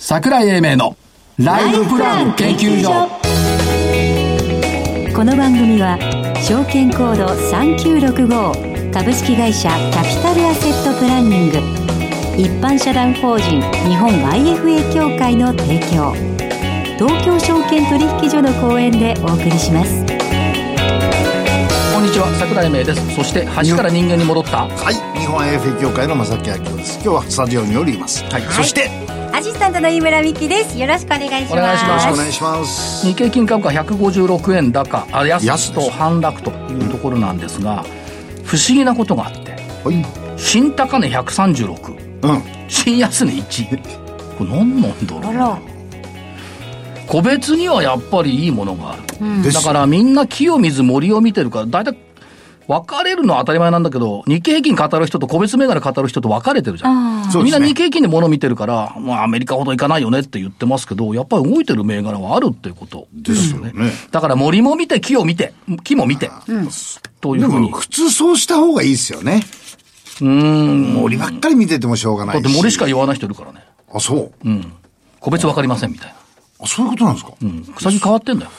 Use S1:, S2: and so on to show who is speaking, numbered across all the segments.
S1: 桜井英明のライフプラン研究所
S2: この番組は証券コード3965株式会社キャピタルアセットプランニング一般社団法人日本 IFA 協会の提供東京証券取引所の講演でお送りします
S1: こんにちは桜井英明ですそして橋から人間に戻った
S3: はい日本 AFA 協会の正木明夫です今日はスタジオにおります、はい、そして
S2: アシスタントの井村美希ですよろしくお願いします
S1: お願いします
S3: お願いします
S1: 日経金株価156円高あ安と反落というところなんですが不思議なことがあって
S3: はい
S1: 新高値136
S3: うん
S1: 新安値1これ何なんだろう個別にはやっぱりいいものがある
S3: で
S1: だ
S3: す
S1: からみんな木を見ず森を見てるから、大体、分かれるのは当たり前なんだけど、日経平均語る人と個別銘柄語る人と分かれてるじゃん。
S3: そう
S1: み
S3: で
S1: んな日経
S3: すね
S1: 平均で物見てるから、まあアメリカほどいかないよねって言ってますけど、やっぱり動いてる銘柄はあるっていうことですよね。
S3: ですよね
S1: だから森も見て、木を見て、木も見て、という
S3: で
S1: ふう
S3: も
S1: に。
S3: 普通そうした方がいいですよねうん森ばっかり見ててもしょうがな
S1: だっ
S3: い
S1: て
S3: し
S1: 森しか言わない人いるからね。
S3: あそう、
S1: 個別分かりませんみたいな。
S3: あそういうことなんですか、うん、
S1: 最近変わってんだよ。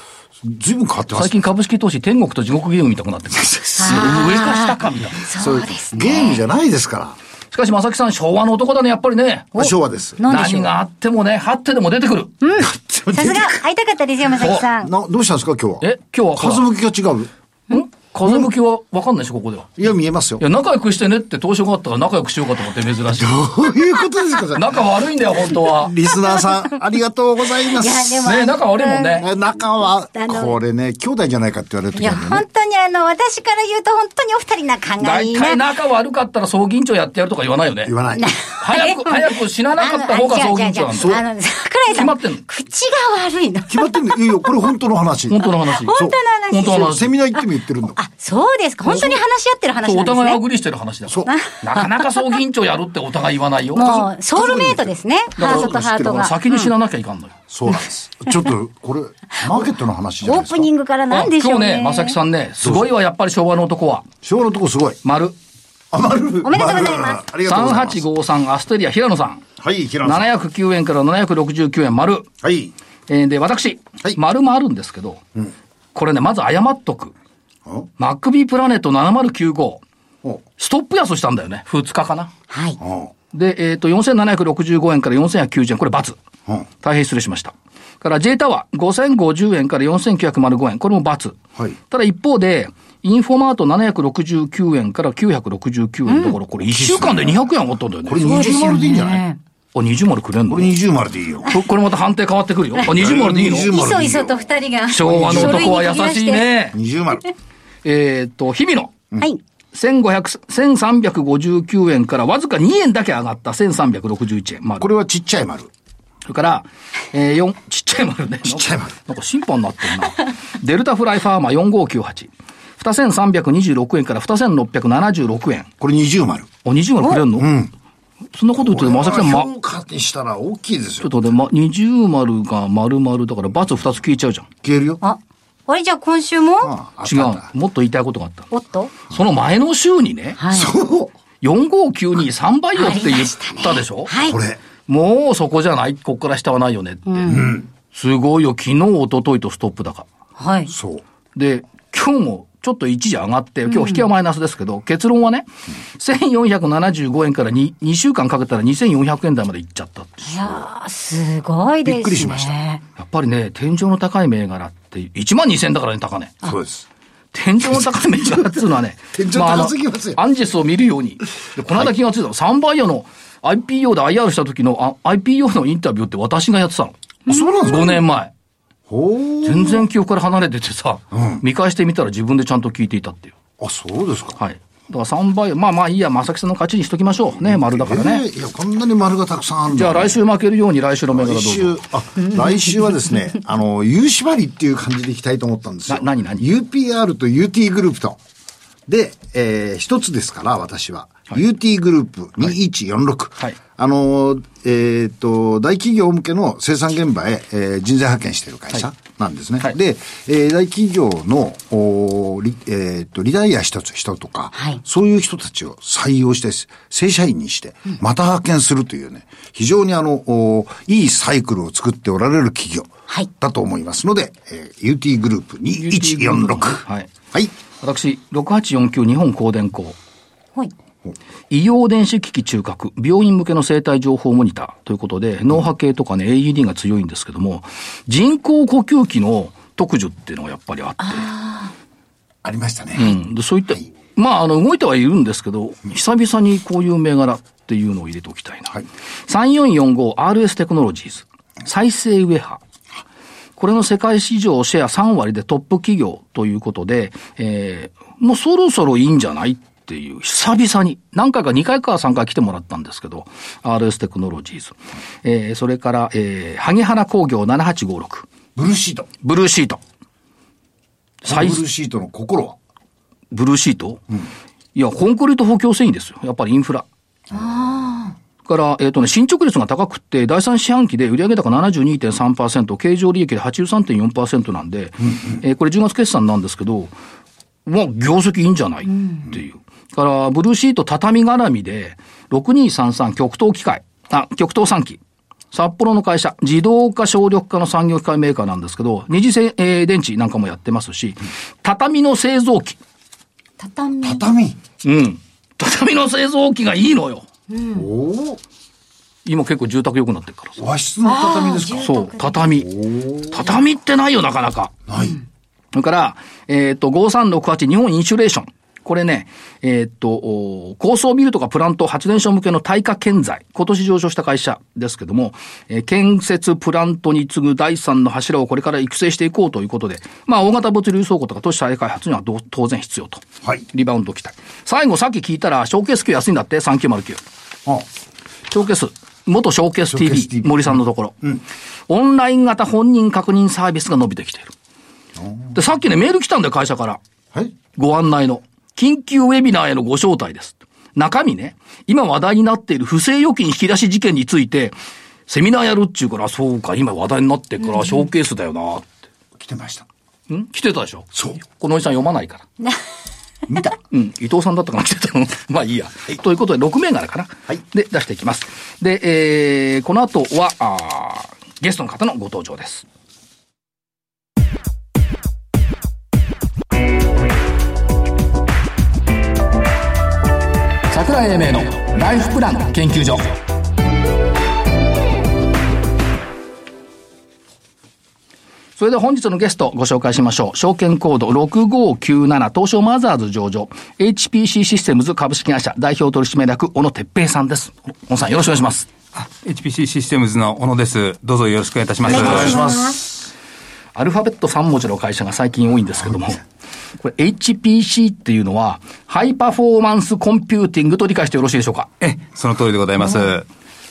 S3: ずいぶん変わってます
S1: 最近株式投資天国と地獄ゲーム見たくなってくる。上か下かみたいな。
S3: そういうゲームじゃないですか
S1: しかし正木さん昭和の男だね、やっぱりね。
S3: ら昭和です
S2: なんでしょ
S1: 何
S2: う
S1: があってもね、張ってでも出てくる。
S2: さすが会いたかったですよまさきさん
S3: などうしたんですか今日は
S1: え今日はほら
S3: 風向きが違うん
S1: 風向きはわかんないでしょ、ここでは。
S3: いや見えますよ
S1: いや、仲良くしてねって当初があったから仲良くしようかと思って 珍しい。
S3: どういうことですかそれ
S1: 仲悪いんだよ、本当は。ね
S3: リスナーさんありがとうございます
S2: いやでも
S1: え仲悪いもんね。
S3: え中は
S2: あの
S3: これね兄弟じゃないかって言われる
S2: い
S3: 時あ
S2: や
S3: るんだ
S2: 本
S3: よね
S2: 当にあの私から言うと本当にお二人仲がい
S1: 大
S2: い
S1: 体
S2: な
S1: 仲悪かったら総緊張やってやるとか言わないよね
S3: 言。わない
S1: 早く、早く死ななかった方が総緊張なんだよ。
S2: あの、桜井さん。
S1: 決まってんの
S2: 口が悪いの。
S3: 決まってんのいやいやこれ本当の話
S1: 本当の話。
S2: 本当の話
S1: 本当の
S3: そう
S1: 話。
S3: セミナー行っても言ってるんだ
S2: あ、そうですか。本当に話し合ってる話
S1: そう
S2: なん
S1: お
S2: です
S1: 互いア
S2: ね。
S1: グリしてる話だか
S3: そう
S1: ら。なかなか総緊張やるってお互い言わないよ。
S2: もう、ソウルメイトですね。
S1: だか
S2: ハ
S1: ら
S2: ートとハートが。
S1: 先に死ななきゃいかんのよ。
S3: そうな んです。ちょっと、これ、マーケットの話じゃ
S2: オ
S3: ない
S2: ー
S3: ですか。
S2: プニングから何でしょ
S1: 今
S2: う
S1: 日
S2: ね。
S1: ね、正木さんね、すごいわ、やっぱり昭和の男は。
S3: 昭和のとこすごい。
S1: 丸。
S3: あ、丸。お
S2: めでとうございます
S3: ありがとうございます。
S1: 3853アステリア平野さん。
S3: はい、平野さん。
S1: 709円から769円丸。
S3: はい。
S1: えーで、私、
S3: はい
S1: 丸もあるんですけど、これね、まず謝っとく。
S3: お
S1: マックビープラネット7095。
S3: お
S1: ストップ安したんだよね。2日かな。
S2: はい。
S3: お
S1: で、えっ、と、4765円から4190円。これ×。
S3: うん
S1: 大変失礼しました。から J タワー5050円から4905円。これも×。
S3: はい
S1: ただ一方で、インフォマート769円から969円だから、これ1週間で200円上がったんだよね。
S3: これ20丸でいいんじゃない
S1: あ、20丸くれんの
S3: これ20丸でいいよ。
S1: ここれまた判定変わってくるよ。あ、20丸でいいの
S3: 20
S2: いそいそと二人が。
S1: 昭和の男は優しいね。
S3: 20丸。
S1: えーっと、日々の
S2: 書類に切り出して。はい。
S1: 1500 1359円からわずか2円だけ上がった1361円。まあ、
S3: これはちっちゃい丸。
S1: それから、えー、4、ちっちゃい丸ね。
S3: ちっちゃい丸
S1: なんか審判になってるな。 デルタフライファーマー4598。2326円から2676円。
S3: これ20丸。
S1: お、20丸くれんのうん。そんなこと言ってるまさきさん、ま、
S3: 評価にしたら大きいです
S1: ちょっ
S3: よ。
S1: とで、ま、20丸が丸々だから、罰2つ消えちゃうじゃん。
S3: 消えるよ。
S2: あ、あれじゃあ今週も
S3: ああ
S1: 違
S3: ったあった
S1: う。もっと言いたいことがあった。
S2: おっと
S1: その前の週にね、
S2: はい。
S3: そう。
S1: 4592 3倍よって
S2: あり
S1: 言
S2: ま
S1: っ
S2: したね
S1: たでしょ
S2: はい。
S3: これ。
S1: もうそこじゃないこっから下はないよねって。すごいよ。昨日、一昨日とストップ高。
S2: はい。
S3: そう。
S1: で、今日もちょっと一時上がって、今日引きはマイナスですけど、結論はね、1475円から 2, 2週間かけたら2400円台までいっちゃったって
S2: いやー、すごいですね。
S3: びっくりしました
S1: やっぱりね、天井の高い銘柄って、1万2000だからね、高値。
S3: そうです。、
S1: 天井の高い銘柄っていうのはね
S3: 天井高すぎますよ
S1: ああのアンジェスを見るように。で、この間気がついたの、サンバイアの IPO で IR した時のあ IPO のインタビューって私がやってたの。
S3: あそうなんです
S1: 5
S3: か
S1: 年前。
S3: ほー。
S1: 全然記憶から離れててさ、見返してみたら自分でちゃんと聞いていたっていう。
S3: あ、そうですか。
S1: はい。だから3倍、まあまあいいや、正木さんの勝ちにしときましょう。ね、丸だから
S3: え
S1: ね。
S3: ーいや、こんなに丸がたくさんあるんだ
S1: じゃあ来週負けるように来週の銘柄どう
S3: 来週
S1: ぞ。、
S3: あ、来週はですね、あの、夕縛りっていう感じでいきたいと思ったんですよ。
S1: な何何
S3: ?UPR と UT グループと、で、えー一つですから、私は。UT グループ2146。
S1: はい
S3: あのー、えーっと、大企業向けの生産現場へ、えー人材派遣している会社なんですね。
S1: はい
S3: で、えー大企業の、おーリえーっと、リダイアした人とか、
S2: はい
S3: そういう人たちを採用して、正社員にして、また派遣するというね、非常にあの、おーいいサイクルを作っておられる企業
S2: はい
S3: だと思いますので、えー UT グループ2146。
S1: はい
S3: はい。
S1: 私、6849日本光電工。
S2: はい。
S1: 医療電子機器中核、病院向けの生体情報モニターということで、脳波系とかね、AED が強いんですけども、人工呼吸器の特需っていうのがやっぱりあって、
S3: ありましたね。
S1: うん、でそういった、まあ、あの、動いてはいるんですけど、久々にこういう銘柄っていうのを入れておきたいな。
S3: はい
S1: 3445RS テクノロジーズ、再生ウェハ。これの世界市場シェア3割でトップ企業ということで、えー、もうそろそろいいんじゃないっていう、久々に、何回か2回か3回来てもらったんですけど、RS テクノロジーズ。えー、それから、えー、萩原工業7856、
S3: ブルーシート。
S1: ブルーシート。
S3: このブルーシートの心は
S1: ブルーシート、いや、コンクリート補強繊維ですよ。やっぱりインフラ。から、えっ、とね、進捗率が高くって、第3四半期で売上高72.3%、経常利益で83.4%なんで、えーこれ10月決算なんですけど、まあ、業績いいんじゃないっていう。から、ブルーシート畳絡みで、6233極東機械、あ、極東産機。札幌の会社、自動化省力化の産業機械メーカーなんですけど、二次せ、えー電池なんかもやってますし、畳の製造機。
S2: 畳。
S3: 畳。
S1: うん。畳の製造機がいいのよ。
S3: おー
S1: 今結構住宅良くなってるからさ。
S3: 和室の畳です
S2: あ
S3: か
S2: ー
S1: そう、畳。畳ってないよ、なかなか。
S3: はい。
S1: それから、えっ、と、5368日本インシュレーション。これね、えっ、と、お高層ビルとかプラント、発電所向けの耐火建材。今年上場した会社ですけども、えー建設プラントに次ぐ第三の柱をこれから育成していこうということで、まあ、大型物流倉庫とか都市再開発にはどう当然必要と。
S3: はい
S1: リバウンド期待。最後、さっき聞いたら、ショーケース級安いんだって、3909。
S3: あ
S1: ショーケース、元ショーケース
S3: ショーケース
S1: TV、
S3: TV
S1: 森さんのところ、オンライン型本人確認サービスが伸びてきている。で、さっきね、メール来たんだよ、会社から。
S3: はい。
S1: ご案内の。緊急ウェビナーへのご招待です。中身ね、今話題になっている不正預金引き出し事件について、セミナーやるっちゅうから、そうか、今話題になってっから、ショーケースだよなっ
S3: 来てました。
S1: て。ん来てたでしょ
S3: そう。
S1: このおじさん読まないから。
S3: 見た。
S1: うん、伊藤さんだったかな、来てたの。まあいいや。という ことで、6銘柄かな。
S3: はい
S1: で、出していきます。で、えー、この後は、あーゲストの方のご登場です。桜井英明のライフプラン研究所。それでは本日のゲストご紹介しましょう。証券コード6597東証マザーズ上場 HPC システムズ株式会社代表取締役小野哲平さんです。小野さんよろしくお願いします。
S4: あ HPC システムズの小野です。どうぞよろしくお願いいたします。
S2: お願いします
S1: アルファベット3文字の会社が最近多いんですけども、これ HPC っていうのは、ハイパフォーマンスコンピューティングと理解してよろしいでしょうか
S4: え、その通りでございます。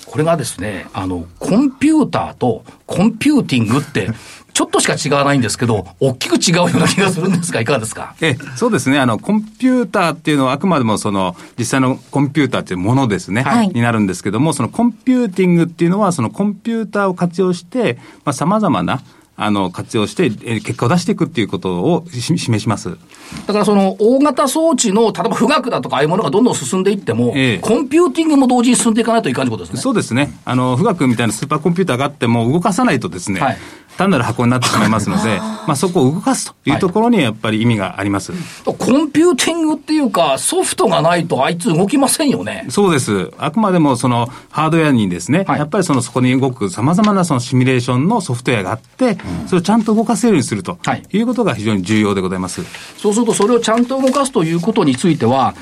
S1: これがですね、あの、コンピューターとコンピューティングって、ちょっとしか違わないんですけど、大きく違うような気がするんですが、いかがですか
S4: え、そうですね。あの、コンピューターっていうのはあくまでもその、実際のコンピューターっていうものですね。
S2: はい
S4: になるんですけども、そのコンピューティングっていうのは、そのコンピューターを活用して、まあ、様々な、あの、活用して、え結果を出していくっていうことをし示します。
S1: だからその大型装置の、例えば富岳だとかああいうものがどんどん進んでいっても、
S4: ええ
S1: コンピューティングも同時に進んでいかないといかんということですね。
S4: そうですね。あの、富岳みたいなスーパーコンピューターがあっても動かさないとですね、
S1: はい
S4: 単なる箱になってしまいます ので、まあ、そこを動かすというところにやっぱり意味があります。
S1: コンピューティングっていうか、ソフトがないとあいつ動きませんよね。
S4: そうです。あくまでもそのハードウェアにですね、
S1: はい
S4: やっぱりそのそこに動く様々なそのシミュレーションのソフトウェアがあって、それをちゃんと動かせるようにすると、
S1: はい
S4: い、うことが非常に重要でございます。
S1: そうするとそれをちゃんと動かすということについては、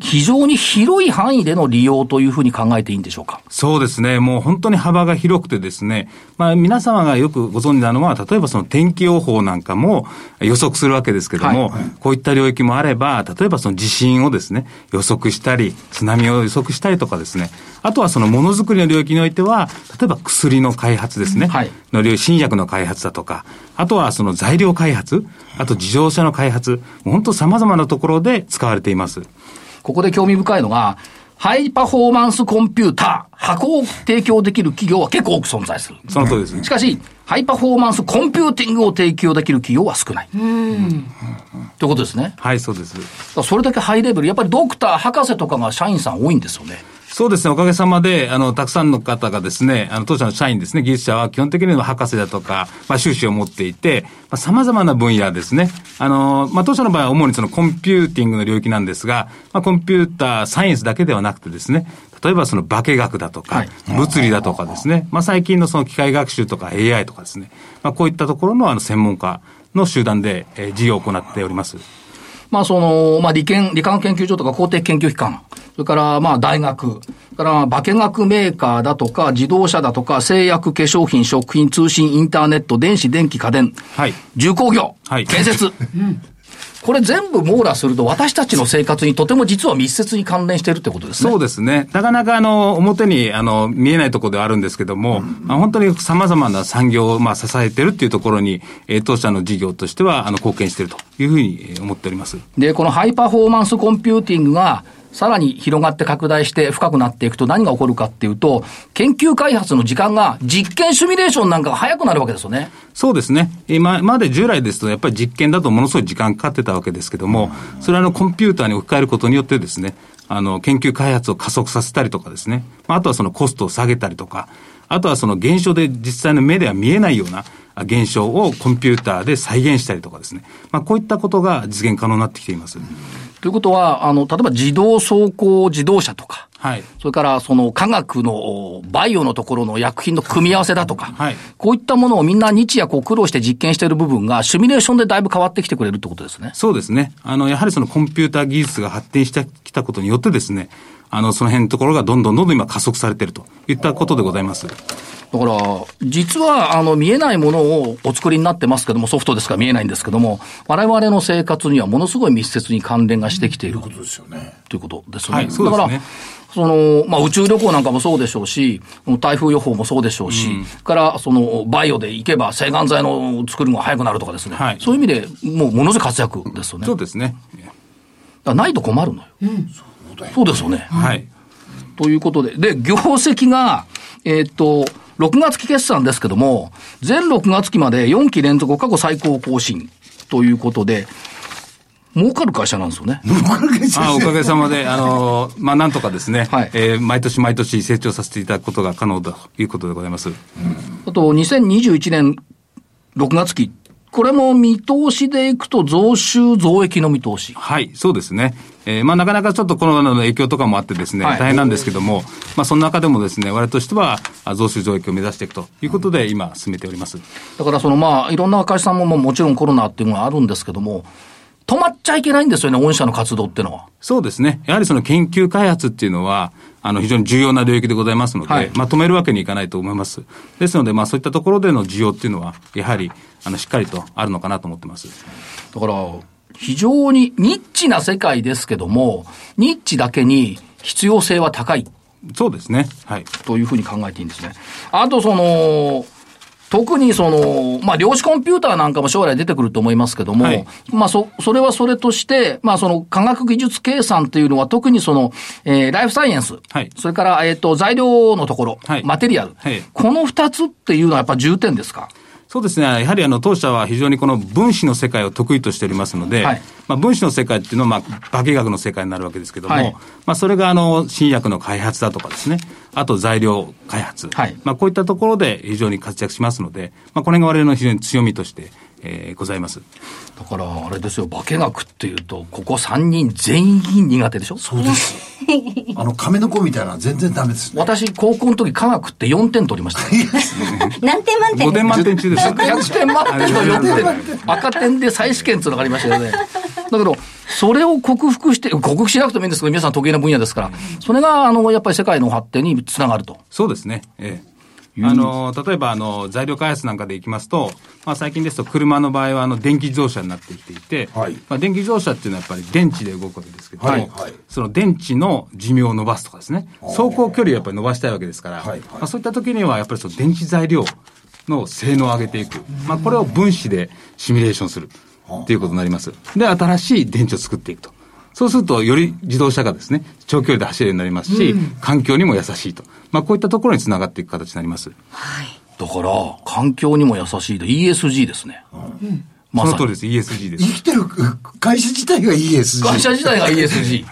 S1: 非常に広い範囲での利用というふうに考えていいんでしょうか。
S4: そうですね、もう本当に幅が広くてですね、まあ、皆様がよくご存知なのは、例えばその天気予報なんかも予測するわけですけども、こういった領域もあれば、例えばその地震をですね、予測したり、津波を予測したりとかですね、あとはそのものづくりの領域においては、例えば薬の開発ですね、
S1: はい
S4: の領域新薬の開発だとか、あとはその材料開発、あと自動車の開発、もう本当様々なところで使われています。
S1: ここで興味深いのが、ハイパフォーマンスコンピューター、箱を提供できる企業は結構多く存在する。
S4: その通りですね
S1: し。かし、ハイパフォーマンスコンピューティングを提供できる企業は少ない。ということですね。
S4: はい、そうです。
S1: だからそれだけハイレベル、やっぱりドクター、博士とかが社員さん多いんですよね。
S4: そうですね、おかげさまで、あの、たくさんの方がですね、あの、当社の社員ですね、技術者は基本的には博士だとか、まあ、修士を持っていて、まあ、様々な分野ですね。あの、まあ、当社の場合は主にそのコンピューティングの領域なんですが、まあ、コンピューターサイエンスだけではなくてですね、例えばその化学だとか、
S1: はい
S4: 物理だとかですね、まあ、最近のその機械学習とか AI とかですね、まあ、こういったところのあの、専門家の集団で、えー事業を行っております。
S1: まあその、まあ理研、理科学研究所とか公的研究機関、それからまあ大学、それから化学メーカーだとか自動車だとか製薬、化粧品、食品、通信、インターネット、電子、電気、家電、
S4: はい
S1: 重工業、
S4: はい
S1: 建設。これ全部網羅すると私たちの生活にとても実は密接に関連しているってことですね。
S4: そうですね。なかなかあの、表にあの、見えないところではあるんですけども、まあ、本当に様々な産業をまあ支えてるっていうところに、えー当社の事業としてはあの貢献しているというふうにえー思っております。
S1: で、このハイパフォーマンスコンピューティングが、さらに広がって拡大して深くなっていくと何が起こるかっていうと、研究開発の時間が実験シミュレーションなんかが早くなるわけですよね。
S4: そうですね。今まで従来ですと、やっぱり実験だとものすごい時間かかってたわけですけども、それはあのコンピューターに置き換えることによってですね、あの、研究開発を加速させたりとかですね、まああとはそのコストを下げたりとか、あとはその現象で実際の目では見えないようなあ現象をコンピューターで再現したりとかですね、まあこういったことが実現可能になってきています。
S1: ということは、あの、例えば自動走行自動車とか、
S4: はい。
S1: それからその科学のおバイオのところの薬品の組み合わせだとか、
S4: はい
S1: こういったものをみんな日夜こう苦労して実験している部分がシミュレーションでだいぶ変わってきてくれるってことですね。
S4: そうですね。あの、やはりそのコンピューター技術が発展してきたことによってですね、あの、その辺のところがどんどんどんどん今加速されているといったことでございます。
S1: だから、実は、あの、見えないものをお作りになってますけども、ソフトですから見えないんですけども、我々の生活にはものすごい密接に関連がしてきている
S3: そうですよね。
S1: ということですよね。
S4: はいそうですね
S1: だから、その、まあ、宇宙旅行なんかもそうでしょうし、台風予報もそうでしょうし、から、その、バイオで行けば制汗剤の作るのが早くなるとかですね。
S4: はい
S1: そういう意味で、もうものすごい活躍ですよね。
S4: そ
S1: だか
S4: うですね。
S1: らないと困るのよ。そうですよね。
S4: はい。
S1: ということで、で、業績が、えーっと、6月期決算ですけども、全6月期まで4期連続過去最高更新ということで、儲かる会社なんですよね。
S4: あおかげさまで、あのーまあ、なんとかですね、
S1: はい
S4: えー毎年毎年成長させていただくことが可能だということでございます。
S1: あと、2021年6月期、これも見通しでいくと増収増益の見通し。
S4: はい、そうですね。えーまあ、なかなかちょっとコロナの影響とかもあってですね、
S1: はい
S4: 大変なんですけども、まあ、その中でもですね、我々としては、あ増収増益を目指していくということで、今、進めております。
S1: だから、そのまあ、いろんな会社さんももうもちろんコロナっていうのはあるんですけども、止まっちゃいけないんですよね、御社の活動ってのは。
S4: そうですね。やはりその研究開発っていうのは、あの、非常に重要な領域でございますので、
S1: はい
S4: まあ、止めるわけにいかないと思います。ですので、まあ、そういったところでの需要っていうのは、やはり、あの、しっかりとあるのかなと思ってます。
S1: だから、非常にニッチな世界ですけども、ニッチだけに必要性は高い
S4: そうですね。はい。
S1: というふうに考えていいんですね。あと、その、特にその、まあ、量子コンピューターなんかも将来出てくると思いますけども、
S4: はい
S1: まあ、そ、それはそれとして、まあ、その科学技術計算というのは特にその、えーライフサイエンス、
S4: はい
S1: それから、えっ、と、材料のところ、
S4: はい
S1: マテリアル、
S4: はい
S1: この二つっていうのはやっぱ重点ですか
S4: そうですね、やはりあの当社は非常にこの分子の世界を得意としておりますので、
S1: はい
S4: まあ、分子の世界っていうのは、まあ、化学の世界になるわけですけども、
S1: はい
S4: まあ、それがあの新薬の開発だとかですね、あと材料開発、
S1: はい
S4: まあ、こういったところで非常に活躍しますので、まあ、これが我々の非常に強みとして、えーございます。
S1: だから、あれですよ、化学っていうと、ここ三人全員苦手でしょ
S3: そうです。あの、亀の子みたいなの全然ダメですね。
S1: 私、高校の時科学って4点取りました。
S5: 何点満点
S4: 5点満点中です。
S1: 100点満点の4点。赤点で再試験っていうのがありましたよね。だけど、それを克服して、克服しなくてもいいんですけど、皆さん得意な分野ですから、それが、あの、やっぱり世界の発展につながると。
S4: そうですね。ええ。あの、例えば、あの、材料開発なんかでいきますと、まあ、最近ですと、車の場合は、あの、電気自動車になってきていて、はい、まあ、電気自動車っていうのはやっぱり電池で動くわけですけども、はいはい、その電池の寿命を伸ばすとかですね、走行距離をやっぱり伸ばしたいわけですから、はいまあ、そういった時には、やっぱりその電池材料の性能を上げていく。まあ、これを分子でシミュレーションするっていうことになります。で、新しい電池を作っていくと。そうすると、より自動車がですね、長距離で走れるようになりますし、うん、環境にも優しいと。まあ、こういったところにつながっていく形になります。
S1: はい。だから、環境にも優しいと、ESG ですね。うん。
S4: まあ、その通りです、ESG です。
S3: 生きてる会社自体が ESG。
S1: 会社自体が ESG。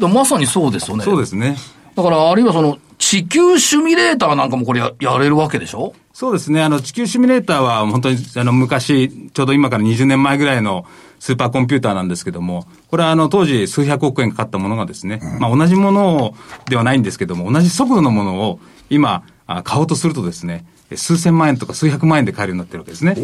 S1: うん。まさにそうですよね。
S4: そうですね。
S1: だから、あるいはその、地球シミュレーターなんかもこれややれるわけでしょ、
S4: そうですね。あの、地球シミュレーターは本当に、あの、昔、ちょうど今から20年前ぐらいのスーパーコンピューターなんですけども、これはあの、当時数百億円かかったものがですね、うん、まあ同じものではないんですけども、同じ速度のものを今、買おうとするとですね、数千万円とか数百万円で買えるようになってるわけですね。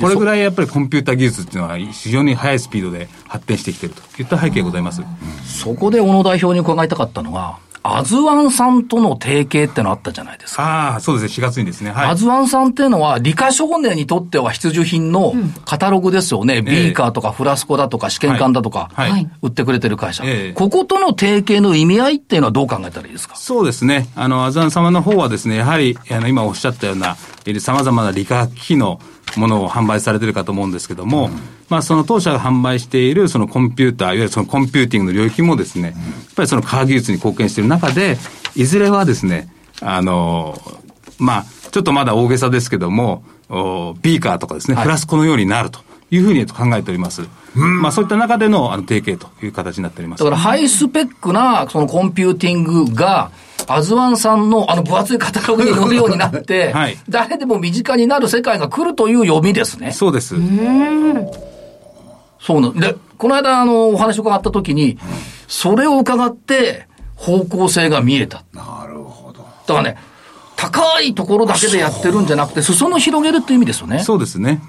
S4: これぐらいやっぱりコンピューター技術っていうのは非常に速いスピードで発展してきてるといった背景ございます。うん
S1: そこで小野代表に伺いたかったのが、アズワンさんとの提携ってのあったじゃないですか。
S4: ああ、そうですね、4月にですね。
S1: はい、アズワンさんっていうのは、理科少年にとっては必需品のカタログですよね。うん、ビーカーとかフラスコだとか試験管だとか、はいはい、売ってくれてる会社、ええ、こことの提携の意味合いっていうのはどう考えたらいいですか
S4: そうですね。あの、アズワン様の方はですね、やはり、あの、今おっしゃったような、様々な理科機器のものを販売されてるかと思うんですけども、うん、まあその当社が販売しているそのコンピューター、いわゆるそのコンピューティングの領域もですね、うん、やっぱりその科学技術に貢献している中で、いずれはですね、あの、まあちょっとまだ大げさですけども、おビーカーとかですね、はい、フラスコのようになると。いうふうに考えております。うん、まあそういった中でのあの提携という形になっておりま
S1: だ
S4: す。
S1: からハイスペックなそのコンピューティングが、アズワンさんのあの分厚いカタログに載るようになって、 はい、誰でも身近になる世界が来るという読みですね。
S4: そうです。
S1: そうなんで、この間あのお話を伺った時に、それを伺って方向性が見えた。
S3: なるほど。
S1: だからね、高いところだけでやってるんじゃなくて、裾野広げるっていう意味ですよね。
S4: そうですね。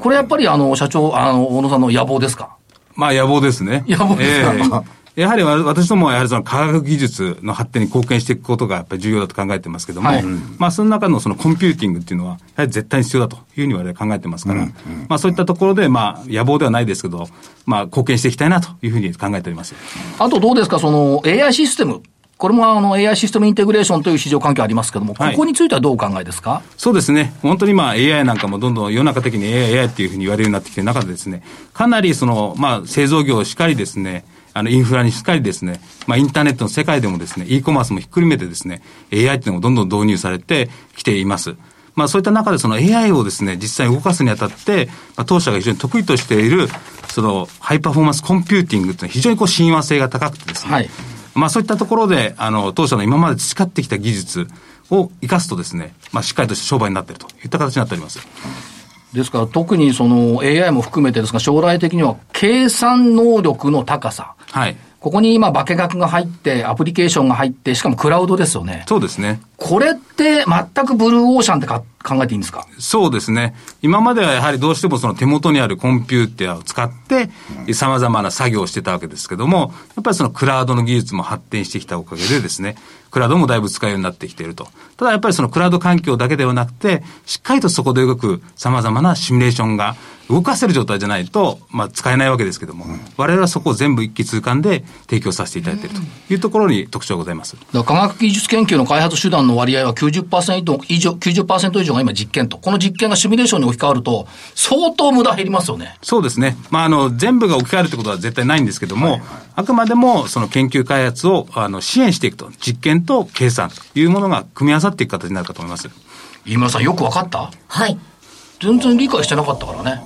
S1: これやっぱりあの、社長、あの、小野さんの野望ですか
S4: まあ野望ですね。
S1: 野望ですか、えー
S4: やはり私どもはやはりその科学技術の発展に貢献していくことがやっぱり重要だと考えてますけども、はい、まあその中のそのコンピューティングっていうのは、やはり絶対に必要だというふうに我々考えてますから、うんうん、まあそういったところで、まあ野望ではないですけど、まあ貢献していきたいなというふうに考えております。
S1: あとどうですか、その AI システム。これもあの AI システムインテグレーションという市場環境ありますけれども、ここについてはどうお考えですか、はい、
S4: そうですね。本当にまあ AI なんかもどんどん世の中的に AI、AI っていうふうに言われるようになってきてる中でですね、かなりその、まあ製造業しっかりですね、あの、インフラにしっかりですね、まあ、インターネットの世界でもですね、e コマースもひっくるめてですね、AI っていうのもどんどん導入されてきています。まあ、そういった中でその AI をですね、実際に動かすにあたって、まあ、当社が非常に得意としている、その、ハイパフォーマンスコンピューティングっていうのは非常にこう、親和性が高くてですね、はい、まあ、そういったところで、あの、当社の今まで培ってきた技術を生かすとですね、まあ、しっかりとした商売になっているといった形になっております。
S1: ですから特にその AI も含めてですが、将来的には計算能力の高さ。
S4: はい。
S1: ここに今、化学が入って、アプリケーションが入って、しかもクラウドですよね。
S4: そうですね。
S1: これって全くブルーオーシャンってか考えていいんですか
S4: そうですね。今まではやはりどうしてもその手元にあるコンピューターを使って、様々な作業をしてたわけですけども、やっぱりそのクラウドの技術も発展してきたおかげでですね、クラウドもだいぶ使えるようになってきていると。ただやっぱりそのクラウド環境だけではなくて、しっかりとそこで動く様々なシミュレーションが動かせる状態じゃないと、まあ、使えないわけですけども、うん、我々はそこを全部一気通貫で提供させていただいているというところに特徴がございます。
S1: 科学技術研究の開発手段の割合は90%以上、90%以上が今実験と。この実験がシミュレーションに置き換わると、相当無駄減りますよね。
S4: そうですね。まあ、あの、全部が置き換えるってことは絶対ないんですけども、はいはい、あくまでもその研究開発をあの支援していくと、実験と計算というものが組み合わさっていく形になるかと思います。
S1: 飯村さん、よくわかった
S5: はい。
S1: 全然理解してなかったからね。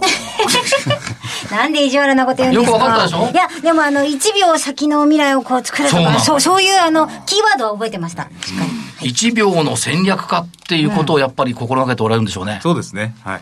S5: なんで意地悪なこと言うんで
S1: か
S5: す
S1: よくわかったでしょ
S5: いや、でもあの、1秒先の未来をこう作るとか、そうそういうあの、キーワードは覚えてました。しっか
S1: り。1秒の戦略化っていうことをやっぱり心がけておられるんでしょうね。
S4: そうですね。はい。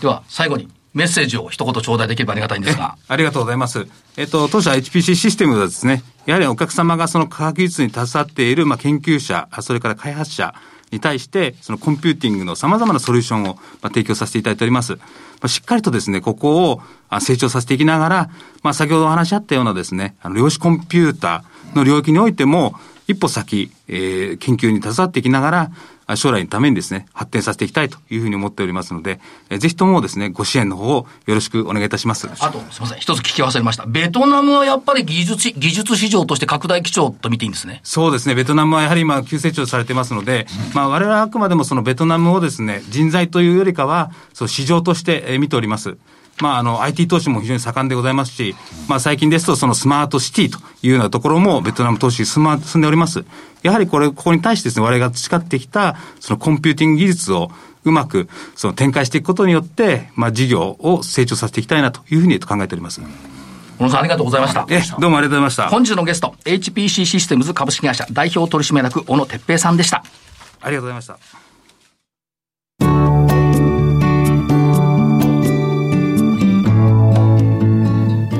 S1: では、最後に。メッセージを一言頂戴できればありがたいんですが。
S4: ありがとうございます。えっと、当社 HPC システムはですね、やはりお客様がその科学技術に携わっている、まあ、研究者、それから開発者、に対して、そのコンピューティングの様々なソリューションを、まあ、提供させていただいております。まあ、しっかりとですね、ここをあ成長させていきながら、まあ、先ほどお話しあったようなですね、あの量子コンピューターの領域においても、一歩先、えー、研究に携わっていきながら、将来のためにですね、発展させていきたいというふうに思っておりますので、えー、ぜひともですね、ご支援の方をよろしくお願いいたします。
S1: あと、すみません、一つ聞き忘れました。ベトナムはやっぱり技術、技術市場として拡大基調と見ていいんですね。
S4: そうですね、ベトナムはやはり今、急成長されてますので、まあ、我々はあくまでもそのベトナムをですね、人材というよりかは、そう市場として見ております。まあ、あの、IT 投資も非常に盛んでございますし、まあ、最近ですと、そのスマートシティというようなところも、ベトナム投資進ま、進んでおります。やはりこれ、ここに対してですね、我々が培ってきた、そのコンピューティング技術を、うまく、その展開していくことによって、まあ、事業を成長させていきたいなというふうに考えております。
S1: 小野さんありがとうございました。
S4: え、どうもありがとうございました。
S1: 本日のゲスト、HPC システムズ株式会社代表取締役、小野哲平さんでした。
S4: ありがとうございました。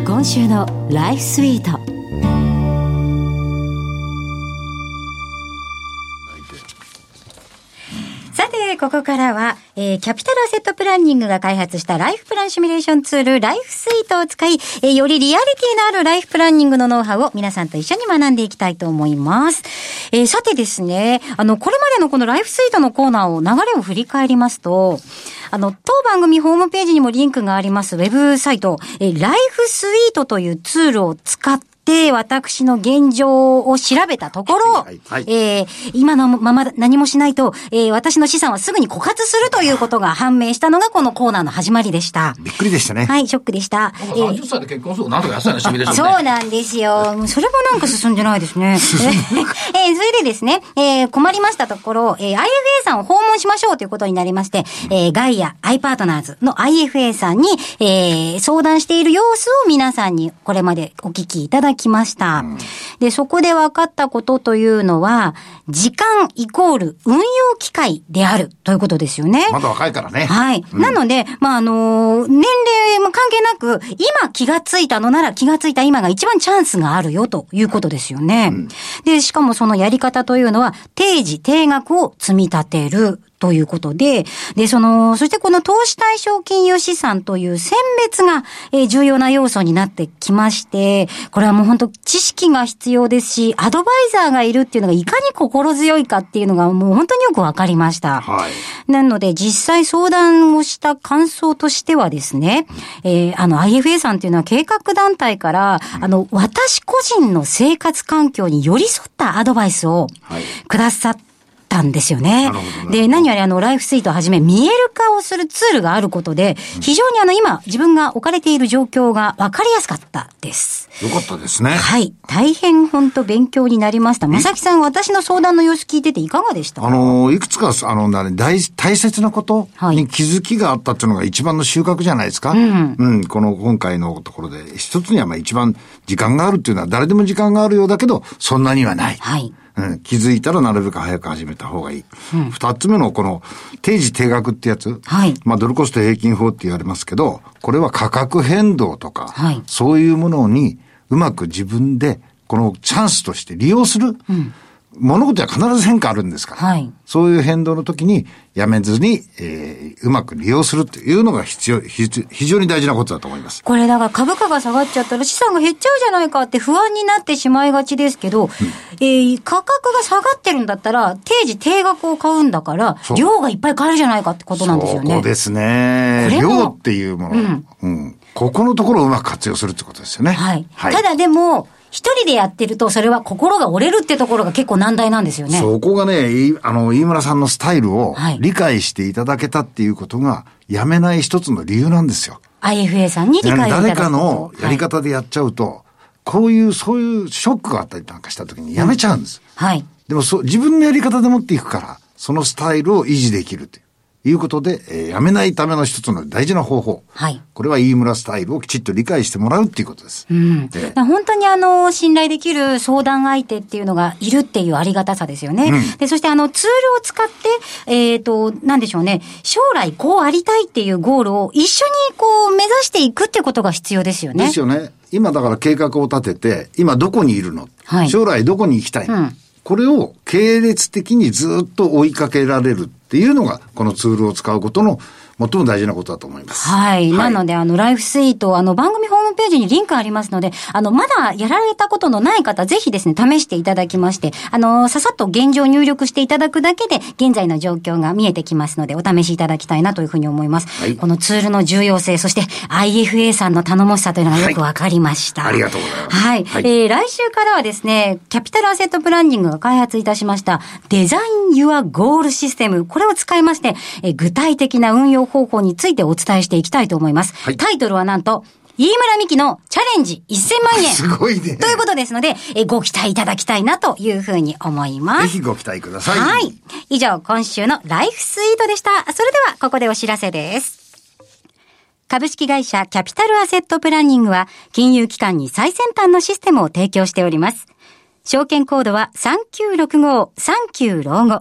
S2: 今週のライフスイート
S5: さて、ここからは、えー、キャピタルアセットプランニングが開発したライフプランシミュレーションツール、ライフスイートを使い、えー、よりリアリティのあるライフプランニングのノウハウを皆さんと一緒に学んでいきたいと思います。えー、さてですね、あの、これまでのこのライフスイートのコーナーを、流れを振り返りますと、あの、当番組ホームページにもリンクがありますウェブサイト、えー、ライフスイートというツールを使って、で、私の現状を調べたところ、はいはい、えー、今のまま何もしないと、えー、私の資産はすぐに枯渇するということが判明したのがこのコーナーの始まりでした。
S3: びっくりでしたね。
S5: はい、ショックでした。
S1: えー、30歳で結婚するとなんとか安いな趣味ですね。
S5: そうなんですよ。それもなんか進んでないです ね。えー、それでですね、えー、困りましたところ、えー、IFA さんを訪問しましょうということになりまして、えー、ガイア、アイパートナーズの IFA さんに、えー、相談している様子を皆さんにこれまでお聞きいただききました。で、そこで分かったことというのは、時間イコール運用機会であるということですよね。
S3: まだ若いからね。
S5: はい。うん、なので、まあ、あのー、年齢も関係なく、今気がついたのなら気がついた今が一番チャンスがあるよということですよね。うん、で、しかもそのやり方というのは、定時、定額を積み立てる。ということで、で、その、そしてこの投資対象金融資産という選別が、えー、重要な要素になってきまして、これはもう本当知識が必要ですし、アドバイザーがいるっていうのがいかに心強いかっていうのがもう本当によくわかりました。はい。なので、実際相談をした感想としてはですね、えー、あの IFA さんっていうのは計画団体から、あの、私個人の生活環境に寄り添ったアドバイスをくださって、はいたんですよね。で、何よりあの、ライフスイートをはじめ、見える化をするツールがあることで、非常にあの、今、自分が置かれている状況が分かりやすかったです。
S3: よかったですね。
S5: はい。大変本当勉強になりました。まさきさん、私の相談の様子聞いてていかがでした
S3: あの、いくつか、あの、大、大切なことに気づきがあったっていうのが一番の収穫じゃないですか。はい、うん、うん、この今回のところで、一つにはまあ一番時間があるっていうのは、誰でも時間があるようだけど、そんなにはない。
S5: はい。
S3: うん、気づいたらなるべく早く始めた方がいい。二、うん、つ目のこの定時定額ってやつ。
S5: はい。
S3: まあドルコスト平均法って言われますけど、これは価格変動とか、はい、そういうものにうまく自分でこのチャンスとして利用する。うん、物事は必ず変化あるんですから、はい、そういう変動の時にやめずに、えー、うまく利用するっていうのが必要、非常に大事なことだと思います。
S5: これだから株価が下がっちゃったら資産が減っちゃうじゃないかって不安になってしまいがちですけど、うん、えー、価格が下がってるんだったら定時定額を買うんだから、量がいっぱい買えるじゃないかってことなんですよね。
S3: そうですね。量っていうもの、うん、うん、ここのところをうまく活用するってことですよね。
S5: はい。はい、ただでも、一人でやってると、それは心が折れるってところが結構難題なんですよね。
S3: そこがね、あの、飯村さんのスタイルを理解していただけたっていうことが、やめない一つの理由なんですよ。
S5: IFA さんに理解
S3: 誰かのやり方でやっちゃうと、はい、こういう、そういうショックがあったりなんかした時にやめちゃうんです。
S5: はい。
S3: でもそ、自分のやり方で持っていくから、そのスタイルを維持できるという。いうことで、えー、やめないための一つの大事な方法。
S5: はい。
S3: これは飯村スタイルをきちっと理解してもらうっていうことです。
S5: うん。本当にあの、信頼できる相談相手っていうのがいるっていうありがたさですよね。うん、で、そしてあの、ツールを使って、えっ、ー、と、なんでしょうね、将来こうありたいっていうゴールを一緒にこう目指していくってことが必要ですよね。
S3: ですよね。今だから計画を立てて、今どこにいるの、はい、将来どこに行きたいの、うんこれを系列的にずっと追いかけられるっていうのが、このツールを使うことの最も大事なことだと思います。
S5: はい。なので、あの、ライフスイート、あの、番組ホームページにリンクありますので、あの、まだやられたことのない方、ぜひですね、試していただきまして、あの、ささっと現状入力していただくだけで、現在の状況が見えてきますので、お試しいただきたいなというふうに思います。
S3: はい
S5: このツールの重要性、そして IFA さんの頼もしさというのがよくわかりました。
S3: はいありがとうございます
S5: はい。
S3: はい
S5: えー来週からはですね、キャピタルアセットプランニングが開発いたしました、デザイン・ユア・ゴールシステム、これを使いまして、えー具体的な運用方法についてお伝えしていきたいと思います。
S3: はい
S5: タイトルはなんと、飯村美樹のチャレンジ1000万円。
S3: すごいね
S5: ということですので、えーご期待いただきたいなというふうに思います。
S3: ぜひご期待ください。
S5: はい。以上、今週のライフスイートでした。それでは、ここでお知らせです。株式会社キャピタルアセットプランニングは、金融機関に最先端のシステムを提供しております。証券コードは3965、39老後。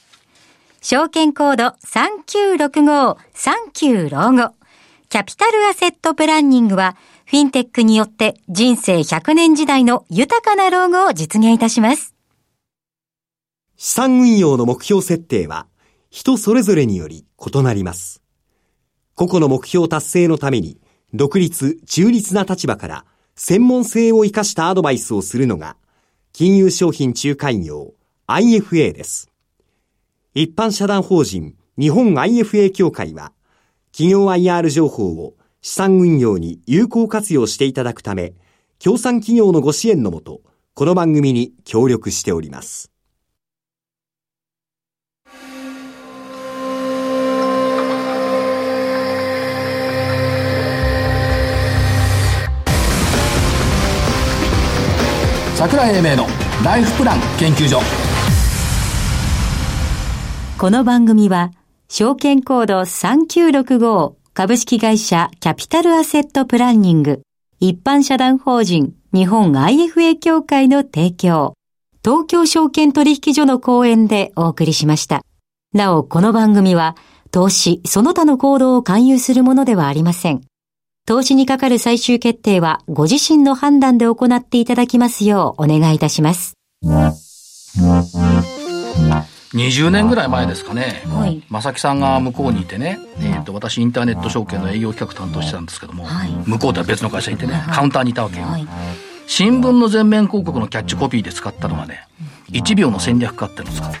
S5: 証券コード3965-39老後。キャピタルアセットプランニングは、フィンテックによって人生100年時代の豊かな老後を実現いたします。
S6: 資産運用の目標設定は人それぞれにより異なります。個々の目標達成のために独立、中立な立場から専門性を生かしたアドバイスをするのが金融商品仲介業 IFA です。一般社団法人日本 IFA 協会は企業 IR 情報を資産運用に有効活用していただくため、協賛企業のご支援のもと、この番組に協力しております。
S1: 桜英明のライフプラン研究所
S2: この番組は、証券コード3965株式会社キャピタルアセットプランニング、一般社団法人日本 IFA 協会の提供、東京証券取引所の講演でお送りしました。なお、この番組は、投資、その他の行動を勧誘するものではありません。投資にかかる最終決定は、ご自身の判断で行っていただきますようお願いいたします。
S1: 20年ぐらい前ですかね、
S5: はい
S1: 正木さんが向こうにいてね、えー、と私インターネット証券の営業企画担当してたんですけども、
S5: はい
S1: 向こうでは別の会社にいてね、カウンターにいたわけよ、
S5: はい。
S1: 新聞の全面広告のキャッチコピーで使ったのはね1秒の戦略家ってのを使っ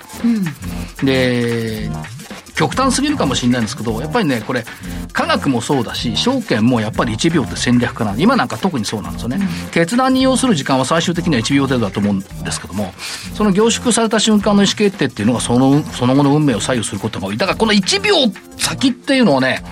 S1: た、で極端すぎるかもしれないんですけどやっぱりねこれ科学もそうだし証券もやっぱり1秒って戦略家なんで今なんか特にそうなんですよね、決断に要する時間は最終的には1秒程度だと思うんですけどもその凝縮された瞬間の意思決定っていうのがそのその後の運命を左右することが多いだからこの1秒先っていうのをね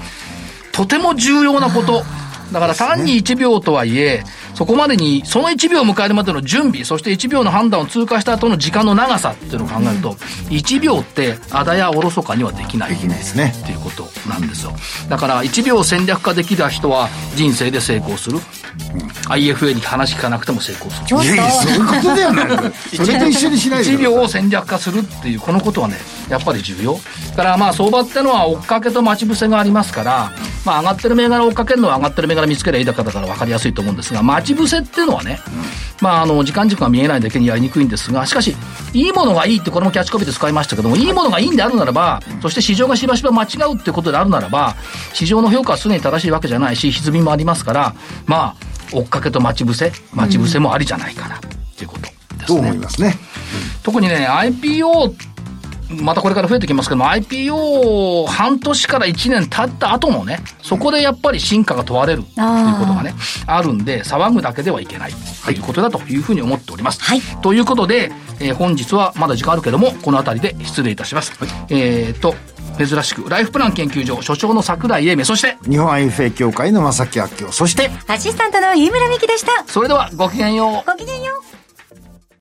S1: とても重要なこと。だから単に1秒とはいえ、そこまでに、その1秒を迎えるまでの準備、そして1秒の判断を通過した後の時間の長さっていうのを考えると、1秒ってあだやおろそかにはできない。
S3: できないですね
S1: っていうことなんですよ。だから1秒戦略化できた人は人生で成功する。IFA に話聞かなくても成功する。
S5: ちょっ
S3: いやいや、そういうことでは ない。それと一緒にしないで
S1: 1
S3: くだ
S1: 秒
S3: さい。
S1: を戦略化するっていうこのことはねやっぱり重要だからまあ相場ってのは追っかけと待ち伏せがありますから、まあ、上がってる銘柄を追っかけるのは上がってる銘柄見つけりゃいいだからだから分かりやすいと思うんですが待ち伏せっていうのはね、まあ、あの時間軸が見えないだけにやりにくいんですがしかしいいものがいいってこれもキャッチコピーで使いましたけどもいいものがいいんであるならばそして市場がしばしば間違うってことであるならば市場の評価は常に正しいわけじゃないし歪みもありますからまあ追っかけと待ち伏せ待ち伏せもありじゃないかなっていうことですね。
S3: と思いますね。
S1: 特にね IPO またこれから増えてきますけども IPO 半年から1年経った後もねそこでやっぱり進化が問われるっていうことがねあるんで騒ぐだけではいけないということだというふうに思っております、
S5: はい
S1: ということで、えー本日はまだ時間あるけどもこの辺りで失礼いたします、えー、と珍しくライフプラン研究所所長の桜井英明そして
S3: 日本 IFA 協会の正木明夫。そして、
S5: アシスタントの飯村美樹でした。
S1: それではごきげんよう
S5: ごきげんよう。